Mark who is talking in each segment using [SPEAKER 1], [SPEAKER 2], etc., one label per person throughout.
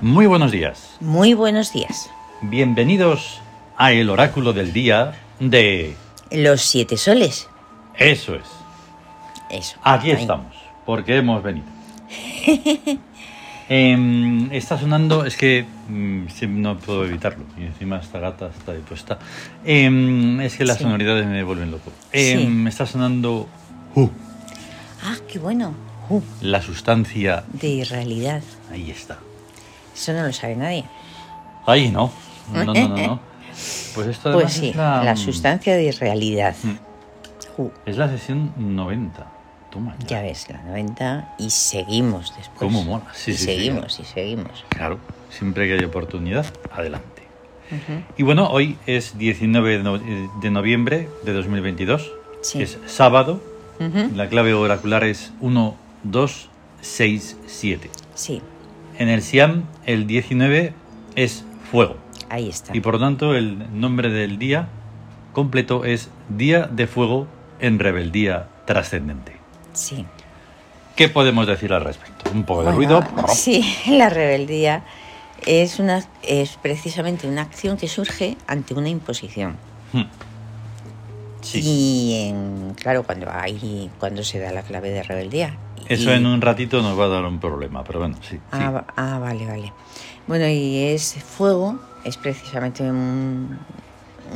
[SPEAKER 1] Muy buenos días.
[SPEAKER 2] Muy buenos días.
[SPEAKER 1] Bienvenidos a el oráculo del día de...
[SPEAKER 2] Los siete soles.
[SPEAKER 1] Eso es.
[SPEAKER 2] Eso.
[SPEAKER 1] Aquí
[SPEAKER 2] Ahí.
[SPEAKER 1] estamos, porque hemos venido. Em, está sonando, es que mm, sí, no puedo evitarlo. Y encima esta gata está ahí puesta. Em, es que las
[SPEAKER 2] Sí.
[SPEAKER 1] sonoridades me vuelven loco.
[SPEAKER 2] Sí.
[SPEAKER 1] Em, Está sonando Hu,
[SPEAKER 2] Ah, qué bueno. Uh,
[SPEAKER 1] la sustancia.
[SPEAKER 2] de realidad.
[SPEAKER 1] Ahí está.
[SPEAKER 2] Eso no lo sabe nadie.
[SPEAKER 1] Ahí no. No, no, no, no. Pues esto además
[SPEAKER 2] Pues sí,
[SPEAKER 1] es la, mm,
[SPEAKER 2] la sustancia de realidad. Uh,
[SPEAKER 1] Es la sesión 90. Toma. ya.
[SPEAKER 2] ya ves, la 90 y seguimos después.
[SPEAKER 1] Cómo mola. Sí,
[SPEAKER 2] y
[SPEAKER 1] sí, sí.
[SPEAKER 2] seguimos, y seguimos.
[SPEAKER 1] Claro, siempre que hay oportunidad, adelante.
[SPEAKER 2] Ujú.
[SPEAKER 1] Y bueno, hoy es 19 de, no- eh, de noviembre de 2022.
[SPEAKER 2] Sí.
[SPEAKER 1] Es sábado.
[SPEAKER 2] Ujú.
[SPEAKER 1] La clave oracular es 1, 2, 6, 7.
[SPEAKER 2] Sí,
[SPEAKER 1] En el Siam, el 19 es fuego.
[SPEAKER 2] ahí está.
[SPEAKER 1] Y por tanto, el nombre del día completo es Día de Fuego en Rebeldía Trascendente.
[SPEAKER 2] Sí.
[SPEAKER 1] ¿Qué podemos decir al respecto? Un poco de
[SPEAKER 2] Bueno,
[SPEAKER 1] ruido.
[SPEAKER 2] Sí, la rebeldía es, una, es precisamente una acción que surge ante una imposición.
[SPEAKER 1] Hmm. Sí.
[SPEAKER 2] Y en- claro, cuando hay, cuando se da la clave de rebeldía.
[SPEAKER 1] Eso
[SPEAKER 2] Y-
[SPEAKER 1] en un ratito nos va a dar un problema, pero bueno, sí. sí.
[SPEAKER 2] Ah, va- ah, vale, vale. Bueno, y es fuego, es precisamente un-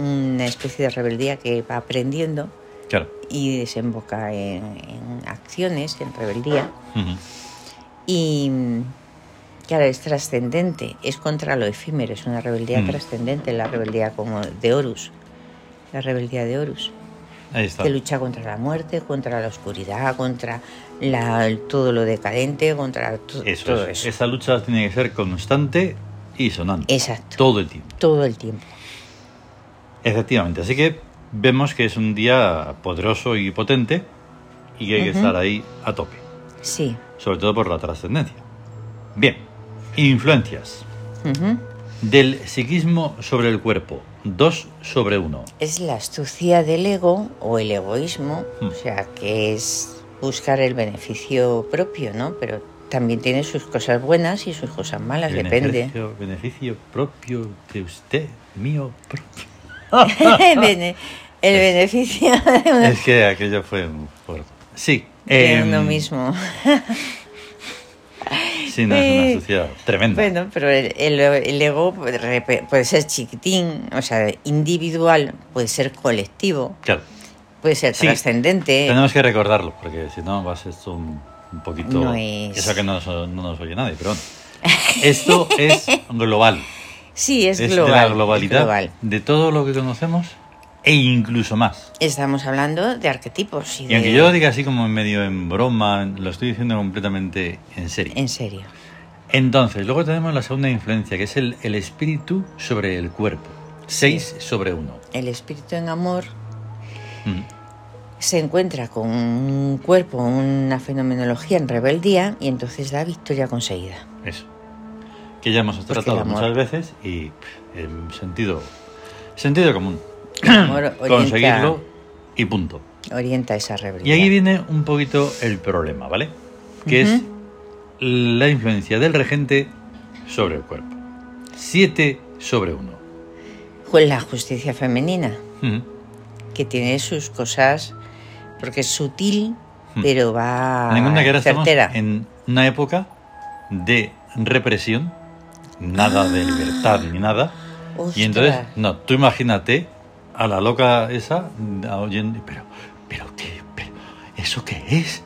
[SPEAKER 2] una especie de rebeldía que va aprendiendo
[SPEAKER 1] Claro.
[SPEAKER 2] y desemboca en, en acciones, en rebeldía.
[SPEAKER 1] Ujú.
[SPEAKER 2] Y claro, es trascendente, es contra lo efímero, es una rebeldía
[SPEAKER 1] Mm.
[SPEAKER 2] trascendente, la rebeldía como de Horus, la rebeldía de Horus.
[SPEAKER 1] Ahí está.
[SPEAKER 2] que lucha contra la muerte, contra la oscuridad, contra la- todo lo decadente, contra to-
[SPEAKER 1] Eso,
[SPEAKER 2] todo
[SPEAKER 1] es.
[SPEAKER 2] eso.
[SPEAKER 1] Esa lucha tiene que ser constante y sonante.
[SPEAKER 2] Exacto,
[SPEAKER 1] Todo el tiempo.
[SPEAKER 2] todo el tiempo.
[SPEAKER 1] Efectivamente. Así que vemos que es un día poderoso y potente y que hay que
[SPEAKER 2] Ujú.
[SPEAKER 1] estar ahí a tope.
[SPEAKER 2] Sí.
[SPEAKER 1] Sobre todo por la trascendencia. Bien. Influencias.
[SPEAKER 2] ujú.
[SPEAKER 1] Del psiquismo sobre el cuerpo. 2 sobre 1.
[SPEAKER 2] Es la astucia del ego o el egoísmo,
[SPEAKER 1] Mm.
[SPEAKER 2] o sea, que es buscar el beneficio propio, ¿no? Pero también tiene sus cosas buenas y sus cosas malas, depende.
[SPEAKER 1] Beneficio, beneficio propio de usted, mío propio.
[SPEAKER 2] Bene- el beneficio de uno,
[SPEAKER 1] Es que aquello fue un fuerte. Sí.
[SPEAKER 2] de
[SPEAKER 1] em,
[SPEAKER 2] uno mismo.
[SPEAKER 1] Sí, no, es
[SPEAKER 2] Eh,
[SPEAKER 1] una sociedad tremenda.
[SPEAKER 2] Bueno, pero el, el- el ego puede repe- puede ser chiquitín, o sea, individual, puede ser colectivo,
[SPEAKER 1] claro.
[SPEAKER 2] puede ser
[SPEAKER 1] Sí,
[SPEAKER 2] trascendente.
[SPEAKER 1] Tenemos que recordarlo, porque si no va a ser esto un, un poquito...
[SPEAKER 2] No es-
[SPEAKER 1] Eso que no, nos- no nos oye nadie, pero bueno. Esto es global.
[SPEAKER 2] Sí, es,
[SPEAKER 1] de
[SPEAKER 2] global.
[SPEAKER 1] la
[SPEAKER 2] es
[SPEAKER 1] globalidad
[SPEAKER 2] global.
[SPEAKER 1] de todo lo que conocemos e incluso más.
[SPEAKER 2] Estamos hablando de arquetipos y,
[SPEAKER 1] Y
[SPEAKER 2] de...
[SPEAKER 1] aunque yo lo diga así como en medio en broma, lo estoy diciendo completamente en serio.
[SPEAKER 2] En serio.
[SPEAKER 1] Entonces, luego tenemos la segunda influencia, que es el, el espíritu sobre el cuerpo. 6 sobre Mm. 1.
[SPEAKER 2] El espíritu en amor se encuentra con un cuerpo, una fenomenología en rebeldía y entonces da victoria conseguida.
[SPEAKER 1] Eso. Pues Que ya hemos
[SPEAKER 2] Porque el
[SPEAKER 1] tratado
[SPEAKER 2] amor-
[SPEAKER 1] muchas veces y pff, en sentido, sentido común.
[SPEAKER 2] El amor orienta-
[SPEAKER 1] Conseguirlo y punto.
[SPEAKER 2] Orienta esa
[SPEAKER 1] Y
[SPEAKER 2] rebeldía.
[SPEAKER 1] ahí viene un poquito el problema, ¿vale? Que es
[SPEAKER 2] Ujú.
[SPEAKER 1] la influencia del regente sobre el cuerpo. 7 sobre 1.
[SPEAKER 2] Pues la justicia femenina. que tiene sus cosas, porque es sutil,
[SPEAKER 1] Hmm.
[SPEAKER 2] pero va
[SPEAKER 1] Ninguna que ahora estamos
[SPEAKER 2] certera.
[SPEAKER 1] en una época de represión, nada de libertad ni nada. Y entonces,
[SPEAKER 2] Ostras.
[SPEAKER 1] no, tú imagínate a la loca esa a- oyendo, pero, pero qué, pero, ¿eso qué es?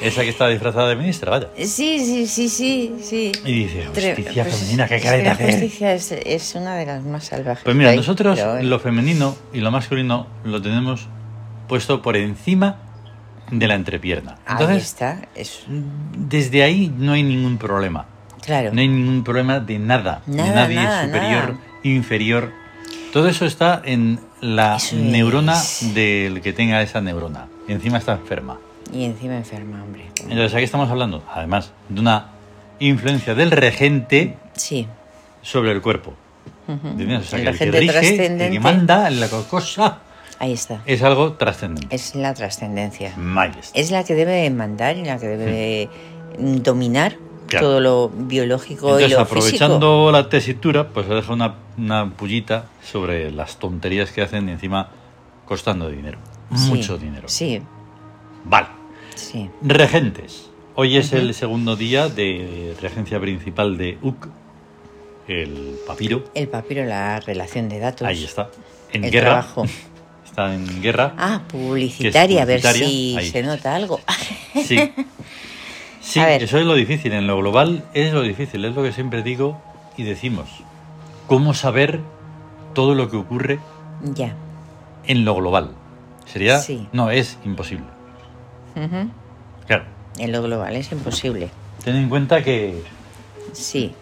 [SPEAKER 1] esa que está disfrazada de ministra, vaya.
[SPEAKER 2] Sí, sí, sí, sí, sí.
[SPEAKER 1] Y dice,
[SPEAKER 2] Tre-
[SPEAKER 1] justicia
[SPEAKER 2] pues,
[SPEAKER 1] femenina, ¿qué
[SPEAKER 2] es
[SPEAKER 1] queréis
[SPEAKER 2] que La
[SPEAKER 1] hacer?
[SPEAKER 2] justicia es, es una de las más salvajes.
[SPEAKER 1] Pues
[SPEAKER 2] que
[SPEAKER 1] mira,
[SPEAKER 2] hay,
[SPEAKER 1] nosotros
[SPEAKER 2] pero bueno.
[SPEAKER 1] lo femenino y lo masculino lo tenemos puesto por encima de la entrepierna.
[SPEAKER 2] Ahí
[SPEAKER 1] Entonces,
[SPEAKER 2] está, es,
[SPEAKER 1] desde ahí no hay ningún problema.
[SPEAKER 2] claro.
[SPEAKER 1] No hay ningún problema de nada. de
[SPEAKER 2] Nada,
[SPEAKER 1] nadie
[SPEAKER 2] nada,
[SPEAKER 1] superior,
[SPEAKER 2] nada.
[SPEAKER 1] inferior. Todo eso está en la
[SPEAKER 2] Eso
[SPEAKER 1] neurona
[SPEAKER 2] es.
[SPEAKER 1] del que tenga esa neurona. Y encima está enferma.
[SPEAKER 2] Y encima enferma, hombre.
[SPEAKER 1] Entonces aquí estamos hablando, además, de una influencia del regente
[SPEAKER 2] Sí.
[SPEAKER 1] sobre el cuerpo.
[SPEAKER 2] ujú.
[SPEAKER 1] ¿Entiendes? O sea, que
[SPEAKER 2] La
[SPEAKER 1] el que
[SPEAKER 2] gente
[SPEAKER 1] rige, el que
[SPEAKER 2] trascendente.
[SPEAKER 1] manda, la cosa,
[SPEAKER 2] Ahí está.
[SPEAKER 1] es algo trascendente.
[SPEAKER 2] Es la trascendencia.
[SPEAKER 1] Majestad.
[SPEAKER 2] Es la que debe mandar y la que debe mm, dominar
[SPEAKER 1] Hmm. Claro.
[SPEAKER 2] todo lo biológico y
[SPEAKER 1] Entonces,
[SPEAKER 2] lo físico.
[SPEAKER 1] aprovechando la tesitura, pues deja una, una pullita sobre las tonterías que hacen y encima costando dinero.
[SPEAKER 2] Sí,
[SPEAKER 1] Mucho dinero.
[SPEAKER 2] Sí,
[SPEAKER 1] Vale.
[SPEAKER 2] sí.
[SPEAKER 1] Regentes. Hoy es el segundo día de regencia principal de UC, el papiro.
[SPEAKER 2] El papiro, la relación de datos.
[SPEAKER 1] Ahí está. En
[SPEAKER 2] el
[SPEAKER 1] guerra.
[SPEAKER 2] trabajo.
[SPEAKER 1] Está en guerra.
[SPEAKER 2] Ah, publicitaria, a ver
[SPEAKER 1] publicitaria,
[SPEAKER 2] si
[SPEAKER 1] ahí.
[SPEAKER 2] se nota algo. Ah,
[SPEAKER 1] Sí. Sí,
[SPEAKER 2] A ver.
[SPEAKER 1] eso es lo difícil. En lo global es lo difícil, es lo que siempre digo y decimos. ¿Cómo saber todo lo que ocurre
[SPEAKER 2] ya.
[SPEAKER 1] en lo global? Sería.
[SPEAKER 2] Sí.
[SPEAKER 1] No, es imposible.
[SPEAKER 2] Ujú.
[SPEAKER 1] Claro.
[SPEAKER 2] En lo global es imposible.
[SPEAKER 1] Ten en cuenta que.
[SPEAKER 2] Sí.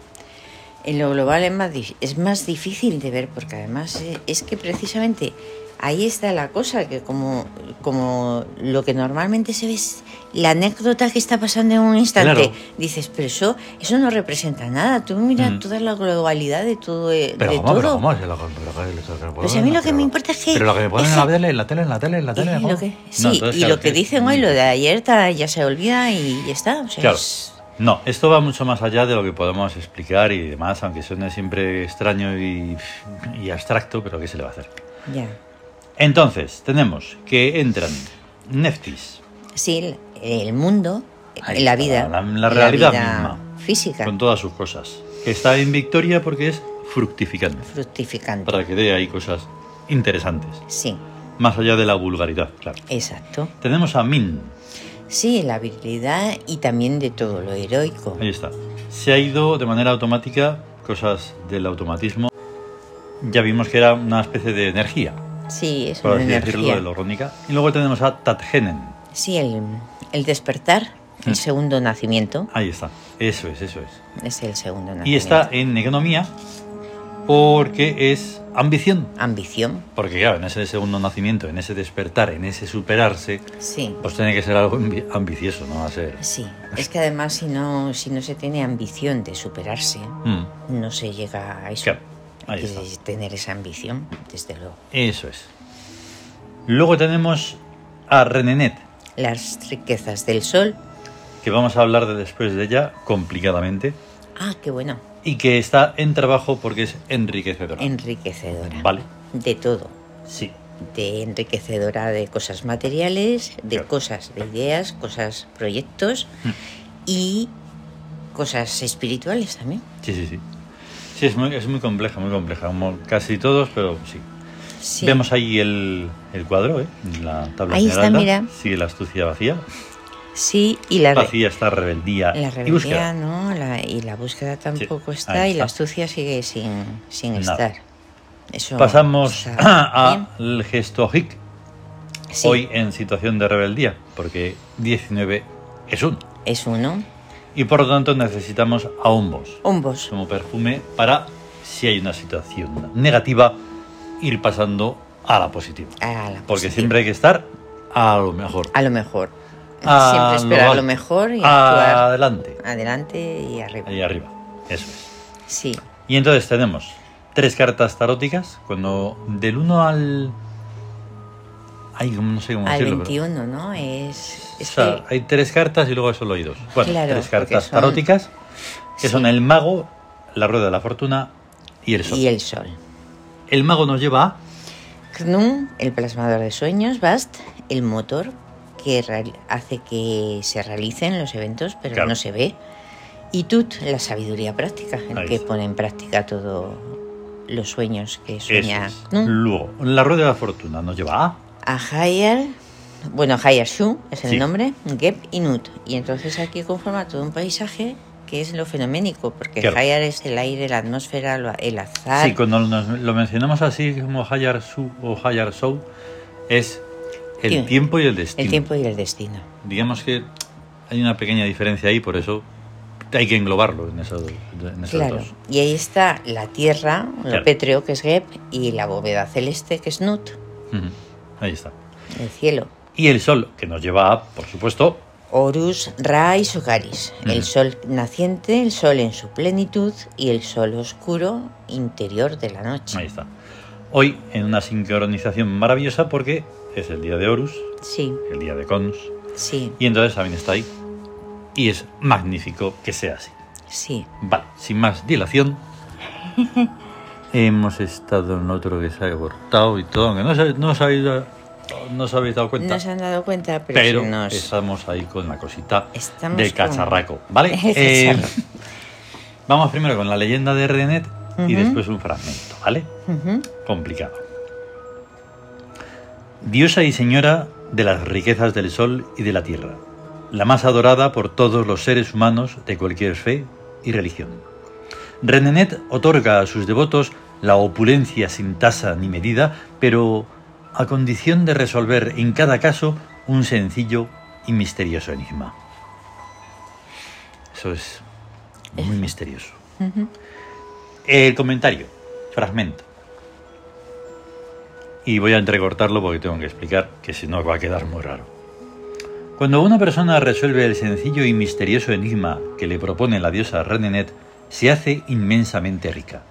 [SPEAKER 2] En lo global es más, dif- es más difícil de ver porque además eh, es que precisamente ahí está la cosa, que como, como lo que normalmente se ve es la anécdota que está pasando en un instante,
[SPEAKER 1] Claro.
[SPEAKER 2] dices, pero eso, eso no representa nada, tú mira
[SPEAKER 1] Mm.
[SPEAKER 2] toda la globalidad de todo. eh,
[SPEAKER 1] Pero
[SPEAKER 2] de
[SPEAKER 1] vamos, pero
[SPEAKER 2] todo.
[SPEAKER 1] vamos. Pero, pero- pero-
[SPEAKER 2] Pues a mí lo que
[SPEAKER 1] pero-
[SPEAKER 2] me importa es que-
[SPEAKER 1] Pero lo que me ponen
[SPEAKER 2] es
[SPEAKER 1] en la
[SPEAKER 2] que-
[SPEAKER 1] tele, en la tele, en la tele, en la
[SPEAKER 2] Y
[SPEAKER 1] tele. ¿cómo?
[SPEAKER 2] lo que, sí,
[SPEAKER 1] No, entonces,
[SPEAKER 2] y
[SPEAKER 1] claro,
[SPEAKER 2] lo que
[SPEAKER 1] es
[SPEAKER 2] dicen hoy, lo de ayer ta- ya se olvida y ya está. o sea,
[SPEAKER 1] Claro.
[SPEAKER 2] es-
[SPEAKER 1] No, esto va mucho más allá de lo que podemos explicar y demás, aunque suene siempre extraño y, y abstracto, pero ¿qué se le va a hacer?
[SPEAKER 2] ya.
[SPEAKER 1] Entonces, tenemos que entran Neftis,
[SPEAKER 2] Sí, el, el mundo,
[SPEAKER 1] Ahí
[SPEAKER 2] la
[SPEAKER 1] está,
[SPEAKER 2] vida.
[SPEAKER 1] la- la realidad
[SPEAKER 2] vida
[SPEAKER 1] misma.
[SPEAKER 2] Física,
[SPEAKER 1] con todas sus cosas, que está en Victoria porque es fructificante,
[SPEAKER 2] fructificante.
[SPEAKER 1] para que dé ahí cosas interesantes,
[SPEAKER 2] Sí,
[SPEAKER 1] más allá de la vulgaridad, claro.
[SPEAKER 2] exacto.
[SPEAKER 1] Tenemos a Min,
[SPEAKER 2] Sí, la habilidad y también de todo lo heroico.
[SPEAKER 1] ahí está. Se ha ido de manera automática, cosas del automatismo. Ya vimos que era una especie de energía,
[SPEAKER 2] Sí, es
[SPEAKER 1] por
[SPEAKER 2] una
[SPEAKER 1] así decirlo,
[SPEAKER 2] energía.
[SPEAKER 1] de lo rónica. Y luego tenemos a Tathenen,
[SPEAKER 2] Sí, el, el despertar,
[SPEAKER 1] Mm.
[SPEAKER 2] el segundo nacimiento.
[SPEAKER 1] ahí está, eso es, eso es.
[SPEAKER 2] Es el segundo nacimiento.
[SPEAKER 1] Y está en economía porque es ambición.
[SPEAKER 2] Ambición,
[SPEAKER 1] Porque claro, en ese segundo nacimiento, en ese despertar, en ese superarse,
[SPEAKER 2] sí.
[SPEAKER 1] pues tiene que ser algo ambi- ambicioso, ¿no? Va a ser...
[SPEAKER 2] Sí, es que además si no, si no se tiene ambición de superarse,
[SPEAKER 1] Mm,
[SPEAKER 2] no se llega a eso.
[SPEAKER 1] claro, ahí
[SPEAKER 2] Hay que
[SPEAKER 1] está.
[SPEAKER 2] tener esa ambición, desde luego.
[SPEAKER 1] Eso es. Luego tenemos a Renenet,
[SPEAKER 2] Las riquezas del sol.
[SPEAKER 1] que vamos a hablar de después de ella, complicadamente,
[SPEAKER 2] Ah, qué bueno.
[SPEAKER 1] y que está en trabajo porque es enriquecedora.
[SPEAKER 2] Enriquecedora.
[SPEAKER 1] Vale.
[SPEAKER 2] De todo.
[SPEAKER 1] Sí.
[SPEAKER 2] De enriquecedora de cosas materiales, de
[SPEAKER 1] Claro. Mm.
[SPEAKER 2] cosas, de ideas, cosas, proyectos y cosas espirituales también.
[SPEAKER 1] Sí, sí, sí. Sí, es muy, es muy compleja, muy compleja, como casi todos, pero sí.
[SPEAKER 2] Sí.
[SPEAKER 1] Vemos ahí el, el cuadro, ¿eh? En La tabla
[SPEAKER 2] Ahí está,
[SPEAKER 1] esmeralda.
[SPEAKER 2] mira.
[SPEAKER 1] Sigue la astucia vacía.
[SPEAKER 2] Sí, y la, re-
[SPEAKER 1] Vacía está rebeldía
[SPEAKER 2] La
[SPEAKER 1] y
[SPEAKER 2] rebeldía,
[SPEAKER 1] búsqueda.
[SPEAKER 2] ¿no? La- y la búsqueda tampoco
[SPEAKER 1] ahí
[SPEAKER 2] está, y
[SPEAKER 1] está.
[SPEAKER 2] la astucia sigue sin, sin
[SPEAKER 1] Nada.
[SPEAKER 2] estar. Eso
[SPEAKER 1] Pasamos
[SPEAKER 2] está bien.
[SPEAKER 1] al gesto hic,
[SPEAKER 2] Sí,
[SPEAKER 1] hoy en situación de rebeldía, porque 19 es un.
[SPEAKER 2] Es uno.
[SPEAKER 1] Y por lo tanto necesitamos a hombos
[SPEAKER 2] Hombos.
[SPEAKER 1] como perfume para, si hay una situación negativa, ir pasando a la positiva.
[SPEAKER 2] A la
[SPEAKER 1] Porque
[SPEAKER 2] positiva.
[SPEAKER 1] siempre hay que estar a lo mejor.
[SPEAKER 2] A lo mejor.
[SPEAKER 1] A
[SPEAKER 2] siempre esperar
[SPEAKER 1] alto.
[SPEAKER 2] lo mejor y actuar
[SPEAKER 1] Adelante.
[SPEAKER 2] adelante y arriba.
[SPEAKER 1] Ah. Ahí arriba. Eso es.
[SPEAKER 2] Sí,
[SPEAKER 1] Y entonces tenemos tres cartas taróticas, cuando del 1 al... Ay, no sé cómo
[SPEAKER 2] al
[SPEAKER 1] decirlo. pero-
[SPEAKER 2] 21, ¿no? Es,
[SPEAKER 1] O
[SPEAKER 2] es
[SPEAKER 1] sea,
[SPEAKER 2] que-
[SPEAKER 1] hay tres cartas y luego solo hay dos. Bueno,
[SPEAKER 2] Claro,
[SPEAKER 1] tres
[SPEAKER 2] porque
[SPEAKER 1] cartas
[SPEAKER 2] son-
[SPEAKER 1] taróticas, que
[SPEAKER 2] Sí.
[SPEAKER 1] son el mago, la rueda de la fortuna y el sol.
[SPEAKER 2] y
[SPEAKER 1] el...
[SPEAKER 2] el sol.
[SPEAKER 1] mago nos lleva a...
[SPEAKER 2] Knum, el plasmador de sueños, Bast, el motor que real- hace que se realicen los eventos, pero
[SPEAKER 1] Claro.
[SPEAKER 2] no se ve. Y Tut, la sabiduría práctica, el
[SPEAKER 1] Ahí
[SPEAKER 2] que
[SPEAKER 1] está.
[SPEAKER 2] pone en práctica todos los sueños que sueña
[SPEAKER 1] Eso es.
[SPEAKER 2] Knum.
[SPEAKER 1] Luego, la rueda de la fortuna nos lleva a...
[SPEAKER 2] A Hayar, bueno, Hayar Shu es el
[SPEAKER 1] Sí.
[SPEAKER 2] nombre, Geb y Nut. Y entonces aquí conforma todo un paisaje que es lo fenoménico, porque
[SPEAKER 1] Claro.
[SPEAKER 2] Hayar es el aire, la atmósfera, lo- el azar.
[SPEAKER 1] Sí, cuando nos- lo mencionamos así como Hayar Su o Hayar Sou, es el
[SPEAKER 2] Sí.
[SPEAKER 1] tiempo y el destino.
[SPEAKER 2] El tiempo y el destino.
[SPEAKER 1] digamos que hay una pequeña diferencia ahí, por eso hay que englobarlo en esos, en esos
[SPEAKER 2] Claro.
[SPEAKER 1] dos.
[SPEAKER 2] Y ahí está la tierra, lo
[SPEAKER 1] Claro.
[SPEAKER 2] pétreo que es Geb, y la bóveda celeste que es Nut,
[SPEAKER 1] Ujú, Ahí está.
[SPEAKER 2] el cielo.
[SPEAKER 1] Y el sol, que nos lleva a, por supuesto,
[SPEAKER 2] Horus, Ra y Sogaris,
[SPEAKER 1] Ujú.
[SPEAKER 2] el sol naciente, el sol en su plenitud y el sol oscuro interior de la noche.
[SPEAKER 1] ahí está. Hoy en una sincronización maravillosa porque es el día de Horus,
[SPEAKER 2] Sí,
[SPEAKER 1] el día de Cons,
[SPEAKER 2] sí.
[SPEAKER 1] y entonces también está ahí. Y es magnífico que sea así.
[SPEAKER 2] Sí.
[SPEAKER 1] Vale, sin más dilación. Hemos estado en otro que se ha cortado y todo, aunque no, se- no os habéis, da- no os habéis dado cuenta.
[SPEAKER 2] No se han dado cuenta, pero,
[SPEAKER 1] pero
[SPEAKER 2] se nos-
[SPEAKER 1] estamos ahí con la cosita
[SPEAKER 2] Estamos
[SPEAKER 1] del
[SPEAKER 2] con-
[SPEAKER 1] cacharraco, ¿vale?
[SPEAKER 2] El
[SPEAKER 1] Eh,
[SPEAKER 2] cacharro.
[SPEAKER 1] vamos primero con la leyenda de Renet y
[SPEAKER 2] Ujú.
[SPEAKER 1] después un fragmento, ¿vale?
[SPEAKER 2] Ujú.
[SPEAKER 1] complicado. Diosa y señora de las riquezas del sol y de la tierra, la más adorada por todos los seres humanos de cualquier fe y religión. Renenet otorga a sus devotos la opulencia sin tasa ni medida, pero a condición de resolver en cada caso un sencillo y misterioso enigma. Eso es muy misterioso. El comentario, fragmento. Y voy a entrecortarlo porque tengo que explicar que si no va a quedar muy raro. Cuando una persona resuelve el sencillo y misterioso enigma que le propone la diosa Renenet, se hace inmensamente rica.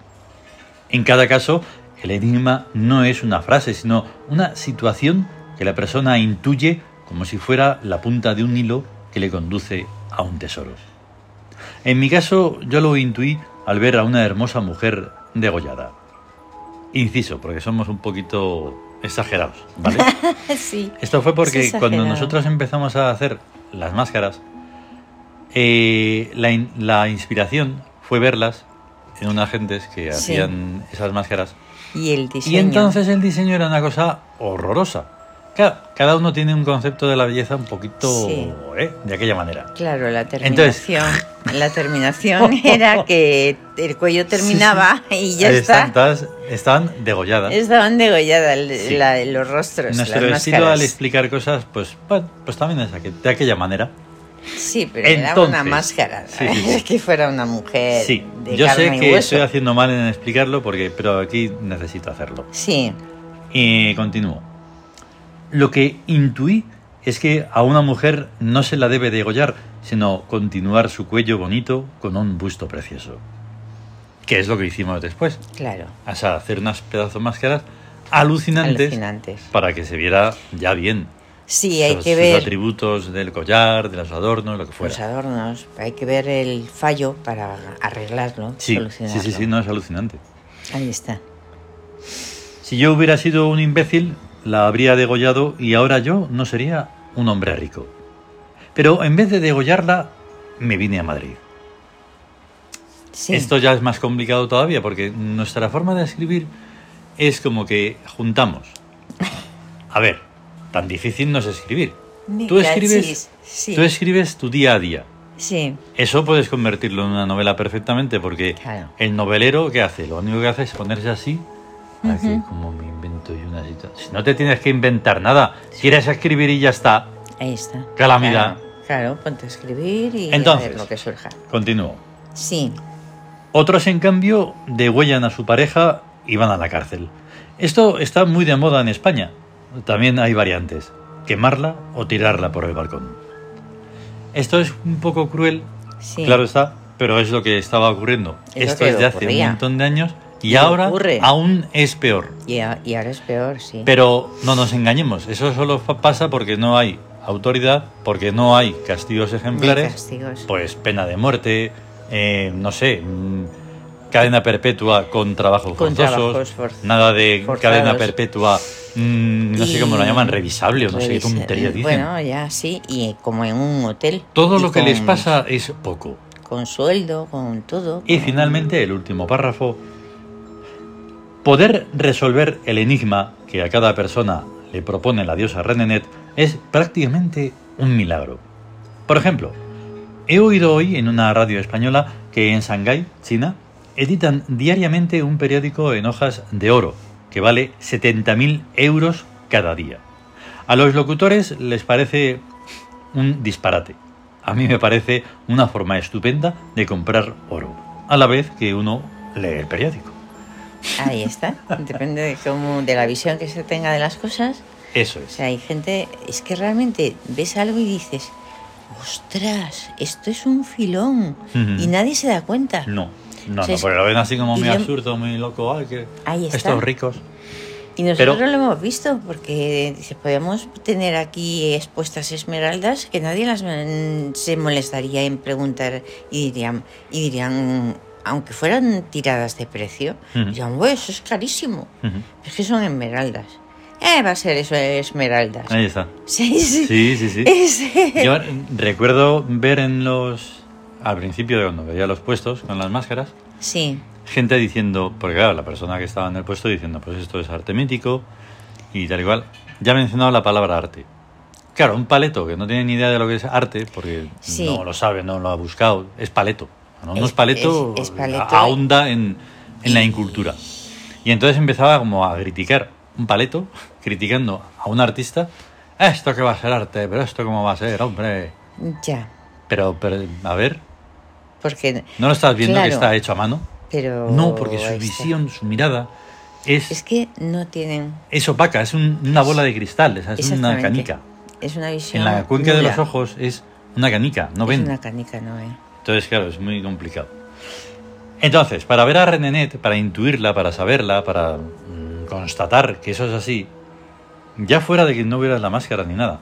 [SPEAKER 1] En cada caso, el enigma no es una frase, sino una situación que la persona intuye como si fuera la punta de un hilo que le conduce a un tesoro. En mi caso, yo lo intuí al ver a una hermosa mujer degollada. Inciso, porque somos un poquito exagerados, ¿vale?
[SPEAKER 2] sí.
[SPEAKER 1] Esto fue porque
[SPEAKER 2] Es
[SPEAKER 1] cuando
[SPEAKER 2] exagerado.
[SPEAKER 1] nosotros empezamos a hacer las máscaras, eh, la, in- la inspiración fue verlas en unas gentes que
[SPEAKER 2] Sí.
[SPEAKER 1] hacían esas máscaras.
[SPEAKER 2] Y el diseño.
[SPEAKER 1] Y entonces el diseño era una cosa horrorosa. Claro, cada uno tiene un concepto de la belleza un poquito
[SPEAKER 2] Sí.
[SPEAKER 1] ¿eh? de aquella manera.
[SPEAKER 2] Claro, la
[SPEAKER 1] Entonces-
[SPEAKER 2] terminación. La terminación era que el cuello terminaba y ya
[SPEAKER 1] Ahí
[SPEAKER 2] está.
[SPEAKER 1] están, todas- estaban degolladas.
[SPEAKER 2] Estaban degolladas el-
[SPEAKER 1] Sí.
[SPEAKER 2] la- los rostros.
[SPEAKER 1] Nuestro
[SPEAKER 2] las
[SPEAKER 1] estilo
[SPEAKER 2] máscaras.
[SPEAKER 1] al explicar cosas, pues, bueno, pues también es aqu- de aquella manera.
[SPEAKER 2] Sí, pero era una
[SPEAKER 1] Entonces,
[SPEAKER 2] máscara.
[SPEAKER 1] sí, sí, sí.
[SPEAKER 2] que fuera una mujer.
[SPEAKER 1] Sí,
[SPEAKER 2] de
[SPEAKER 1] yo
[SPEAKER 2] carne
[SPEAKER 1] sé
[SPEAKER 2] y
[SPEAKER 1] que
[SPEAKER 2] hueso.
[SPEAKER 1] estoy haciendo mal en explicarlo, porque, pero aquí necesito hacerlo.
[SPEAKER 2] Sí,
[SPEAKER 1] Y continúo. Lo que intuí es que a una mujer no se la debe degollar, sino continuar su cuello bonito con un busto precioso. Que es lo que hicimos después.
[SPEAKER 2] claro.
[SPEAKER 1] O sea, hacer unas pedazos máscaras alucinantes,
[SPEAKER 2] Alucinantes.
[SPEAKER 1] para que se viera ya bien.
[SPEAKER 2] Sí, hay
[SPEAKER 1] Sus-
[SPEAKER 2] que
[SPEAKER 1] sus
[SPEAKER 2] ver
[SPEAKER 1] atributos del collar, de los adornos, lo que fuera.
[SPEAKER 2] los adornos, hay que ver el fallo para arreglarlo,
[SPEAKER 1] Sí, sí,
[SPEAKER 2] solucionarlo.
[SPEAKER 1] sí, sí, no es alucinante.
[SPEAKER 2] Ahí está.
[SPEAKER 1] Si yo hubiera sido un imbécil, la habría degollado y ahora yo no sería un hombre rico. Pero en vez de degollarla, me vine a Madrid.
[SPEAKER 2] Sí,
[SPEAKER 1] Esto ya es más complicado todavía porque nuestra forma de escribir es como que juntamos. A ver, tan difícil no es escribir.
[SPEAKER 2] Mi
[SPEAKER 1] Tú escribes,
[SPEAKER 2] cachis, sí.
[SPEAKER 1] tú escribes tu día a día.
[SPEAKER 2] sí,
[SPEAKER 1] Eso puedes convertirlo en una novela perfectamente, porque
[SPEAKER 2] Claro.
[SPEAKER 1] el novelero, ¿qué hace? Lo único que hace es ponerse así. Aquí,
[SPEAKER 2] Ujú.
[SPEAKER 1] como me invento yo una situación. Si no te tienes que inventar nada, quieres escribir y ya está.
[SPEAKER 2] ahí está.
[SPEAKER 1] Calamidad.
[SPEAKER 2] Claro, claro, ponte a escribir y
[SPEAKER 1] Entonces.
[SPEAKER 2] a ver lo que surja.
[SPEAKER 1] Continúo.
[SPEAKER 2] Sí,
[SPEAKER 1] Otros, en cambio, degüellan a su pareja y van a la cárcel. Esto está muy de moda en España. También hay variantes: quemarla o tirarla por el balcón. Esto es un poco cruel,
[SPEAKER 2] sí.
[SPEAKER 1] Claro está, pero es lo que estaba ocurriendo.
[SPEAKER 2] Es lo
[SPEAKER 1] Esto
[SPEAKER 2] que
[SPEAKER 1] es de hace un
[SPEAKER 2] ocurría.
[SPEAKER 1] montón de años y,
[SPEAKER 2] Y
[SPEAKER 1] ahora
[SPEAKER 2] ocurre.
[SPEAKER 1] aún es peor.
[SPEAKER 2] Y, a- y ahora es peor, sí.
[SPEAKER 1] Pero no nos engañemos, eso solo fa- pasa porque no hay autoridad, porque no hay castigos
[SPEAKER 2] Ni
[SPEAKER 1] ejemplares,
[SPEAKER 2] castigos.
[SPEAKER 1] pues pena de muerte, eh, no sé, mm, cadena perpetua con trabajos
[SPEAKER 2] Con
[SPEAKER 1] forzosos,
[SPEAKER 2] trabajos forz-
[SPEAKER 1] nada de
[SPEAKER 2] forzados.
[SPEAKER 1] cadena perpetua, mm, no sé cómo lo
[SPEAKER 2] Y-
[SPEAKER 1] llaman, revisable o no sé qué
[SPEAKER 2] Revisa-
[SPEAKER 1] tontería dicen.
[SPEAKER 2] Bueno, ya sí, y como en un hotel.
[SPEAKER 1] Todo
[SPEAKER 2] y
[SPEAKER 1] lo que les
[SPEAKER 2] con-
[SPEAKER 1] pasa es poco.
[SPEAKER 2] Con sueldo, con todo.
[SPEAKER 1] Y
[SPEAKER 2] con-
[SPEAKER 1] finalmente, el último párrafo. Poder resolver el enigma que a cada persona le propone la diosa Renenet es prácticamente un milagro. Por ejemplo, he oído hoy en una radio española que en Shanghái, China, editan diariamente un periódico en hojas de oro que vale 70.000 euros cada día. A los locutores les parece un disparate. A mí me parece una forma estupenda de comprar oro, a la vez que uno lee el periódico.
[SPEAKER 2] Ahí está. Depende de cómo, de la visión que se tenga de las cosas.
[SPEAKER 1] Eso
[SPEAKER 2] O
[SPEAKER 1] es.
[SPEAKER 2] sea, hay gente, es que realmente ves algo y dices, ostras, esto es un filón.
[SPEAKER 1] Ujú.
[SPEAKER 2] Y nadie se da cuenta.
[SPEAKER 1] No, no,
[SPEAKER 2] O sea,
[SPEAKER 1] no,
[SPEAKER 2] es-
[SPEAKER 1] porque lo ven así como
[SPEAKER 2] y
[SPEAKER 1] muy
[SPEAKER 2] yo-
[SPEAKER 1] absurdo, muy loco. Ay, que
[SPEAKER 2] Ahí está.
[SPEAKER 1] estos ricos.
[SPEAKER 2] Y nosotros
[SPEAKER 1] Pero-
[SPEAKER 2] lo hemos visto, porque dice, podemos tener aquí expuestas esmeraldas que nadie las mm, se molestaría en preguntar y dirían, y dirían aunque fueran tiradas de precio,
[SPEAKER 1] Ujú.
[SPEAKER 2] dirían, "Bueh, eso es carísimo.
[SPEAKER 1] Ujú.
[SPEAKER 2] Es que son esmeraldas. Eh, va a ser eso, esmeraldas.
[SPEAKER 1] Ahí está.
[SPEAKER 2] Sí, sí.
[SPEAKER 1] Sí, sí, sí.
[SPEAKER 2] Es-
[SPEAKER 1] Yo recuerdo ver en los. Al principio, cuando veía los puestos con las máscaras,
[SPEAKER 2] sí.
[SPEAKER 1] gente diciendo. Porque claro, la persona que estaba en el puesto diciendo, pues esto es arte mítico y tal igual. Ya he mencionado la palabra arte. Claro, un paleto que no tiene ni idea de lo que es arte, porque
[SPEAKER 2] Sí.
[SPEAKER 1] no lo sabe, no lo ha buscado, es paleto. ¿no? No
[SPEAKER 2] Es-
[SPEAKER 1] es paleto,
[SPEAKER 2] es- es paleto.
[SPEAKER 1] ahonda en, en la incultura. Y entonces empezaba como a criticar un paleto, criticando a un artista. Esto que va a ser arte, pero esto cómo va a ser, hombre.
[SPEAKER 2] Ya.
[SPEAKER 1] Pero, pero, a ver,
[SPEAKER 2] Porque.
[SPEAKER 1] ¿no lo estás viendo
[SPEAKER 2] Claro.
[SPEAKER 1] que está hecho a mano?
[SPEAKER 2] Pero.
[SPEAKER 1] No, porque su
[SPEAKER 2] ahí está.
[SPEAKER 1] visión, su mirada es,
[SPEAKER 2] este. Es
[SPEAKER 1] es,
[SPEAKER 2] que no tienen.
[SPEAKER 1] opaca, es un- una bola de cristal, esa es una
[SPEAKER 2] exactamente.
[SPEAKER 1] canica.
[SPEAKER 2] Es una visión.
[SPEAKER 1] En la cuenca de
[SPEAKER 2] nula.
[SPEAKER 1] los ojos es una canica, no ven.
[SPEAKER 2] Es una canica, no eh. ven.
[SPEAKER 1] Entonces, claro, es muy complicado. Entonces, para ver a Renenet, para intuirla, para saberla, para mm, constatar que eso es así, ya fuera de que no hubieras la máscara ni nada,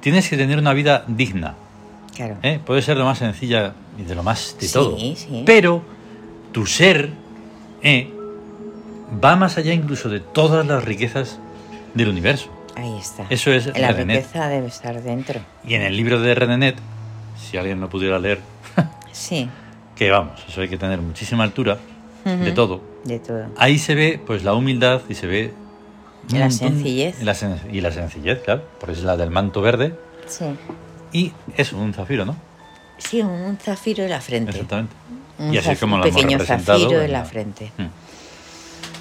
[SPEAKER 1] tienes que tener una vida digna.
[SPEAKER 2] Claro.
[SPEAKER 1] ¿eh? Puede ser lo más sencilla y de lo más de
[SPEAKER 2] Sí,
[SPEAKER 1] todo.
[SPEAKER 2] sí.
[SPEAKER 1] Pero tu ser ¿eh? va más allá incluso de todas las riquezas del universo.
[SPEAKER 2] Ahí está.
[SPEAKER 1] Eso es
[SPEAKER 2] La
[SPEAKER 1] Renet.
[SPEAKER 2] riqueza debe estar dentro.
[SPEAKER 1] Y en el libro de Renenet, si alguien lo pudiera leer,
[SPEAKER 2] Sí.
[SPEAKER 1] que vamos, eso hay que tener muchísima altura de
[SPEAKER 2] Ujú.
[SPEAKER 1] todo.
[SPEAKER 2] De todo.
[SPEAKER 1] Ahí se ve pues la humildad y se ve un
[SPEAKER 2] La
[SPEAKER 1] montón-
[SPEAKER 2] sencillez.
[SPEAKER 1] la sen- y la sencillez, claro, porque es la del manto verde
[SPEAKER 2] Sí.
[SPEAKER 1] y es un zafiro, ¿no?
[SPEAKER 2] Sí, un zafiro en la frente.
[SPEAKER 1] Exactamente.
[SPEAKER 2] Un
[SPEAKER 1] y así
[SPEAKER 2] zaf-
[SPEAKER 1] es como
[SPEAKER 2] un
[SPEAKER 1] lo hemos
[SPEAKER 2] pequeño
[SPEAKER 1] representado
[SPEAKER 2] zafiro en
[SPEAKER 1] en
[SPEAKER 2] la
[SPEAKER 1] la-
[SPEAKER 2] frente.
[SPEAKER 1] Mm.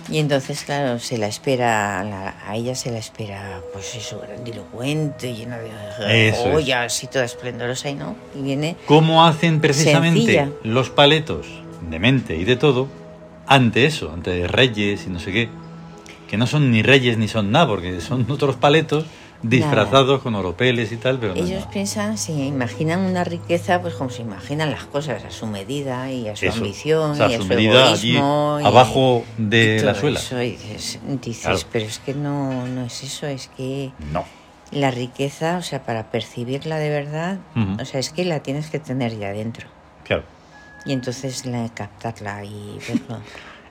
[SPEAKER 2] Y entonces, claro, se la espera, a la- a ella se la espera, pues eso, grandilocuente, llena de
[SPEAKER 1] Eso es.
[SPEAKER 2] joyas y toda esplendorosa, y no. Y viene,
[SPEAKER 1] ¿Cómo hacen precisamente
[SPEAKER 2] Sencilla.
[SPEAKER 1] los paletos de mente y de todo ante eso, ante reyes y no sé qué? Que no son ni reyes ni son nada, porque son otros paletos disfrazados con oropeles y tal, pero no es
[SPEAKER 2] ellos
[SPEAKER 1] nada.
[SPEAKER 2] piensan, se imaginan una riqueza, pues como se imaginan las cosas, a su medida y a su
[SPEAKER 1] Eso.
[SPEAKER 2] ambición
[SPEAKER 1] O sea,
[SPEAKER 2] y a
[SPEAKER 1] su
[SPEAKER 2] su
[SPEAKER 1] medida allí,
[SPEAKER 2] egoísmo. y-
[SPEAKER 1] abajo de
[SPEAKER 2] y
[SPEAKER 1] la
[SPEAKER 2] todo
[SPEAKER 1] suela.
[SPEAKER 2] eso, y dices, dices,
[SPEAKER 1] Claro.
[SPEAKER 2] pero es que no, no es eso, es que
[SPEAKER 1] No.
[SPEAKER 2] la riqueza, o sea, para percibirla de verdad,
[SPEAKER 1] Ujú.
[SPEAKER 2] o sea, es que la tienes que tener ya dentro.
[SPEAKER 1] Claro.
[SPEAKER 2] Y entonces la, captarla y verlo.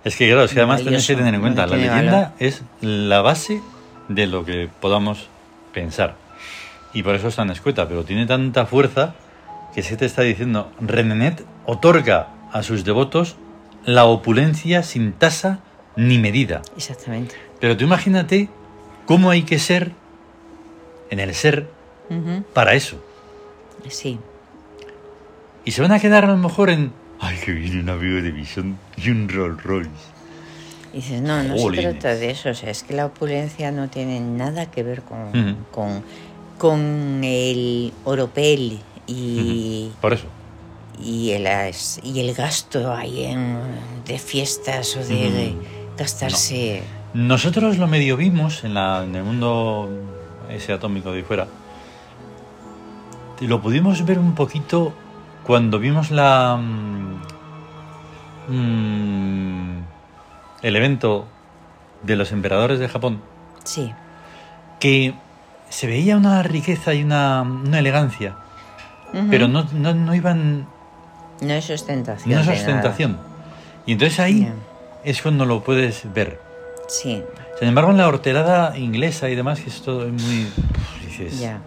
[SPEAKER 1] Es que claro, es que además tenemos que
[SPEAKER 2] Valioso,
[SPEAKER 1] tener en cuenta, la
[SPEAKER 2] tiene
[SPEAKER 1] leyenda
[SPEAKER 2] valor.
[SPEAKER 1] es la base de lo que podamos pensar. Y por eso es tan escueta, pero tiene tanta fuerza que se te está diciendo, Renenet otorga a sus devotos la opulencia sin tasa ni medida.
[SPEAKER 2] Exactamente.
[SPEAKER 1] Pero tú imagínate cómo hay que ser en el ser
[SPEAKER 2] Ujú,
[SPEAKER 1] para eso.
[SPEAKER 2] Sí,
[SPEAKER 1] Y se van a quedar a lo mejor en, ay, que viene un avión de visión y un Rolls Royce.
[SPEAKER 2] Y dices, no, no se
[SPEAKER 1] Jolines.
[SPEAKER 2] trata de eso, o sea, es que la opulencia no tiene nada que ver con,
[SPEAKER 1] Ujú.
[SPEAKER 2] con, con el oropel y,
[SPEAKER 1] Por eso.
[SPEAKER 2] y, el, as- y el gasto ahí en, de fiestas o de, de gastarse.
[SPEAKER 1] Nosotros lo medio vimos en, la- en el mundo ese atómico de ahí fuera. Y Lo pudimos ver un poquito cuando vimos la mm, mm, el evento de los emperadores de Japón,
[SPEAKER 2] Sí,
[SPEAKER 1] que se veía una riqueza y una, una elegancia,
[SPEAKER 2] Ujú.
[SPEAKER 1] pero no, no, no iban
[SPEAKER 2] no es ostentación.
[SPEAKER 1] no es
[SPEAKER 2] de nada.
[SPEAKER 1] ostentación. Y entonces ahí
[SPEAKER 2] Ya.
[SPEAKER 1] es cuando lo puedes ver.
[SPEAKER 2] Sí,
[SPEAKER 1] Sin embargo, en la hortelada inglesa y demás, que es todo muy. Pff, Dices,
[SPEAKER 2] ya.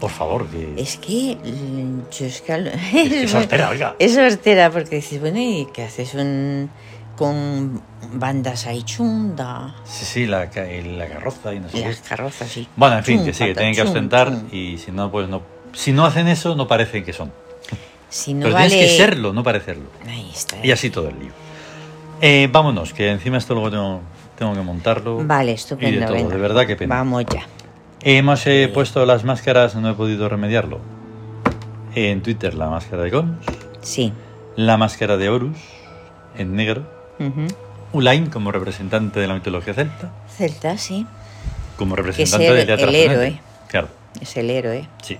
[SPEAKER 1] por favor, que.
[SPEAKER 2] Es que mm, yo es que... al-
[SPEAKER 1] es que es hortera, oiga.
[SPEAKER 2] Es hortera porque dices, bueno, ¿y qué haces un, con bandas ahí chunda?
[SPEAKER 1] Sí, sí, la, ca- eh, la carroza y no sé
[SPEAKER 2] Las
[SPEAKER 1] qué.
[SPEAKER 2] carrozas sí.
[SPEAKER 1] Bueno, en fin, que
[SPEAKER 2] Chum,
[SPEAKER 1] sí, que
[SPEAKER 2] pata,
[SPEAKER 1] tienen que
[SPEAKER 2] chum,
[SPEAKER 1] ostentar
[SPEAKER 2] chum.
[SPEAKER 1] y si no, pues no. Si no hacen eso, no parecen que son.
[SPEAKER 2] Si no
[SPEAKER 1] Pero
[SPEAKER 2] vale...
[SPEAKER 1] tienes que serlo, no parecerlo.
[SPEAKER 2] Ahí está.
[SPEAKER 1] Y así todo el lío. Eh, vámonos, que encima esto luego tengo, tengo que montarlo.
[SPEAKER 2] Vale,
[SPEAKER 1] Y
[SPEAKER 2] estupendo.
[SPEAKER 1] de todo,
[SPEAKER 2] venga.
[SPEAKER 1] de verdad que pena.
[SPEAKER 2] Vamos ya.
[SPEAKER 1] Hemos eh, puesto las máscaras, no he podido remediarlo. En Twitter, la máscara de Cons,
[SPEAKER 2] Sí.
[SPEAKER 1] la máscara de Horus, en negro.
[SPEAKER 2] Ujú.
[SPEAKER 1] Ulain como representante de la mitología celta,
[SPEAKER 2] Celta, sí.
[SPEAKER 1] como representante
[SPEAKER 2] Que es el-
[SPEAKER 1] del teatro
[SPEAKER 2] el
[SPEAKER 1] sonante.
[SPEAKER 2] héroe.
[SPEAKER 1] Claro,
[SPEAKER 2] Es el héroe,
[SPEAKER 1] sí.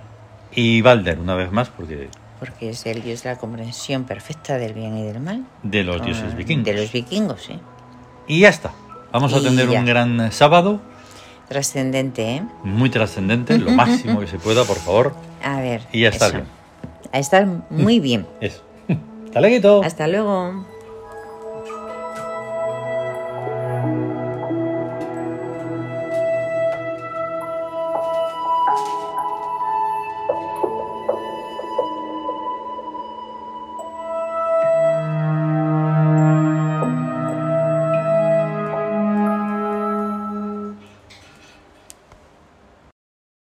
[SPEAKER 1] Y Balder, una vez más, porque
[SPEAKER 2] porque es el dios de la comprensión perfecta del bien y del mal.
[SPEAKER 1] de los
[SPEAKER 2] Ah,
[SPEAKER 1] dioses vikingos.
[SPEAKER 2] De los vikingos, sí.
[SPEAKER 1] Y ya está. Vamos a
[SPEAKER 2] Y
[SPEAKER 1] tener
[SPEAKER 2] ya.
[SPEAKER 1] un gran sábado,
[SPEAKER 2] Trascendente, ¿eh?
[SPEAKER 1] muy trascendente,
[SPEAKER 2] Mm,
[SPEAKER 1] lo máximo que se pueda, por favor.
[SPEAKER 2] A ver.
[SPEAKER 1] Y ya está
[SPEAKER 2] eso.
[SPEAKER 1] bien. Mm.
[SPEAKER 2] A estar muy bien.
[SPEAKER 1] Eso. Hasta luego.
[SPEAKER 2] Hasta luego.